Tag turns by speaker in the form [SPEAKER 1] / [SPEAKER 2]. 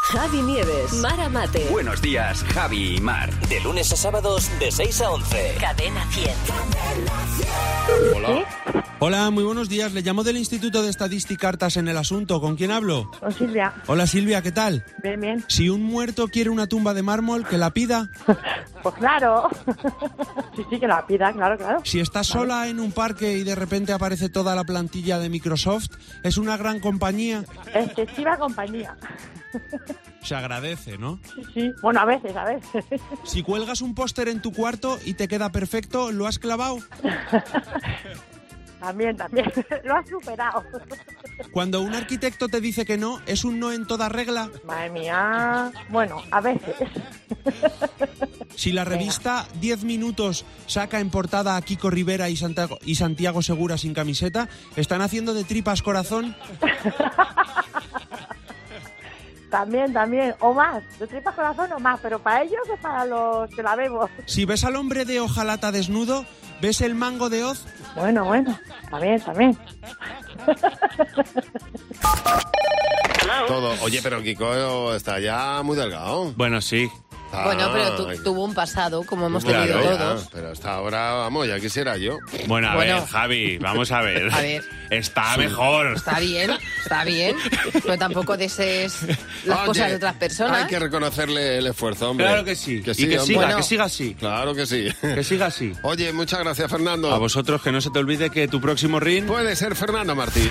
[SPEAKER 1] Javi Nieves, Mara Mate,
[SPEAKER 2] Buenos días, Javi y Mar.
[SPEAKER 3] De lunes a sábados de 6 a 11.
[SPEAKER 1] Cadena 100.
[SPEAKER 4] Hola, muy buenos días. Le llamo del Instituto de Estadística Artas en el asunto. ¿Con quién hablo?
[SPEAKER 5] Con Silvia,
[SPEAKER 4] Hola Silvia, ¿qué tal?
[SPEAKER 5] bien, bien.
[SPEAKER 4] Si un muerto quiere una tumba de mármol, que la pida.
[SPEAKER 5] Pues claro. Sí, sí, que la pida, claro, claro.
[SPEAKER 4] Si estás sola en un parque y de repente aparece toda la plantilla de Microsoft, es una gran compañía.
[SPEAKER 5] Excesiva compañía.
[SPEAKER 4] Se agradece, ¿no?
[SPEAKER 5] Sí, sí. Bueno, a veces, a veces.
[SPEAKER 4] Si cuelgas un póster en tu cuarto y te queda perfecto, ¿lo has clavado?
[SPEAKER 5] También, también. Lo has superado.
[SPEAKER 4] Cuando un arquitecto te dice que no, es un no en toda regla.
[SPEAKER 5] Madre mía. Bueno, a veces.
[SPEAKER 4] Si la revista 10 Minutos saca en portada a Kiko Rivera y Santiago, y Santiago Segura sin camiseta, están haciendo de tripas corazón.
[SPEAKER 5] También, también. O más. De tripas corazón o más. Pero para ellos o para los que la vemos.
[SPEAKER 4] Si ves al hombre de hojalata desnudo, ves el mango de hoz.
[SPEAKER 5] Bueno, bueno. También, también.
[SPEAKER 6] Todo. Oye, pero Kiko está ya muy delgado.
[SPEAKER 7] Bueno, sí.
[SPEAKER 6] Está-
[SPEAKER 8] Bueno, pero tu- tuvo un pasado, como hemos
[SPEAKER 6] Claro,
[SPEAKER 8] tenido
[SPEAKER 6] ya,
[SPEAKER 8] todos.
[SPEAKER 6] pero hasta ahora, vamos, ya quisiera yo.
[SPEAKER 7] Bueno, a
[SPEAKER 8] Bueno.
[SPEAKER 7] ver, Javi, vamos a ver.
[SPEAKER 8] A ver.
[SPEAKER 7] Está mejor.
[SPEAKER 8] Está bien, está bien. Pero tampoco desees las
[SPEAKER 6] Oye,
[SPEAKER 8] cosas de otras personas.
[SPEAKER 6] Hay Ah, que reconocerle el esfuerzo, hombre.
[SPEAKER 7] Claro que sí.
[SPEAKER 6] Que
[SPEAKER 7] Y
[SPEAKER 6] sí,
[SPEAKER 7] que
[SPEAKER 6] hombre.
[SPEAKER 7] siga, que siga así.
[SPEAKER 6] Claro que sí.
[SPEAKER 7] Que siga así.
[SPEAKER 6] Oye, muchas gracias, Fernando.
[SPEAKER 7] A vosotros que no se te olvide que tu próximo ring
[SPEAKER 6] Puede ser Fernando Martí.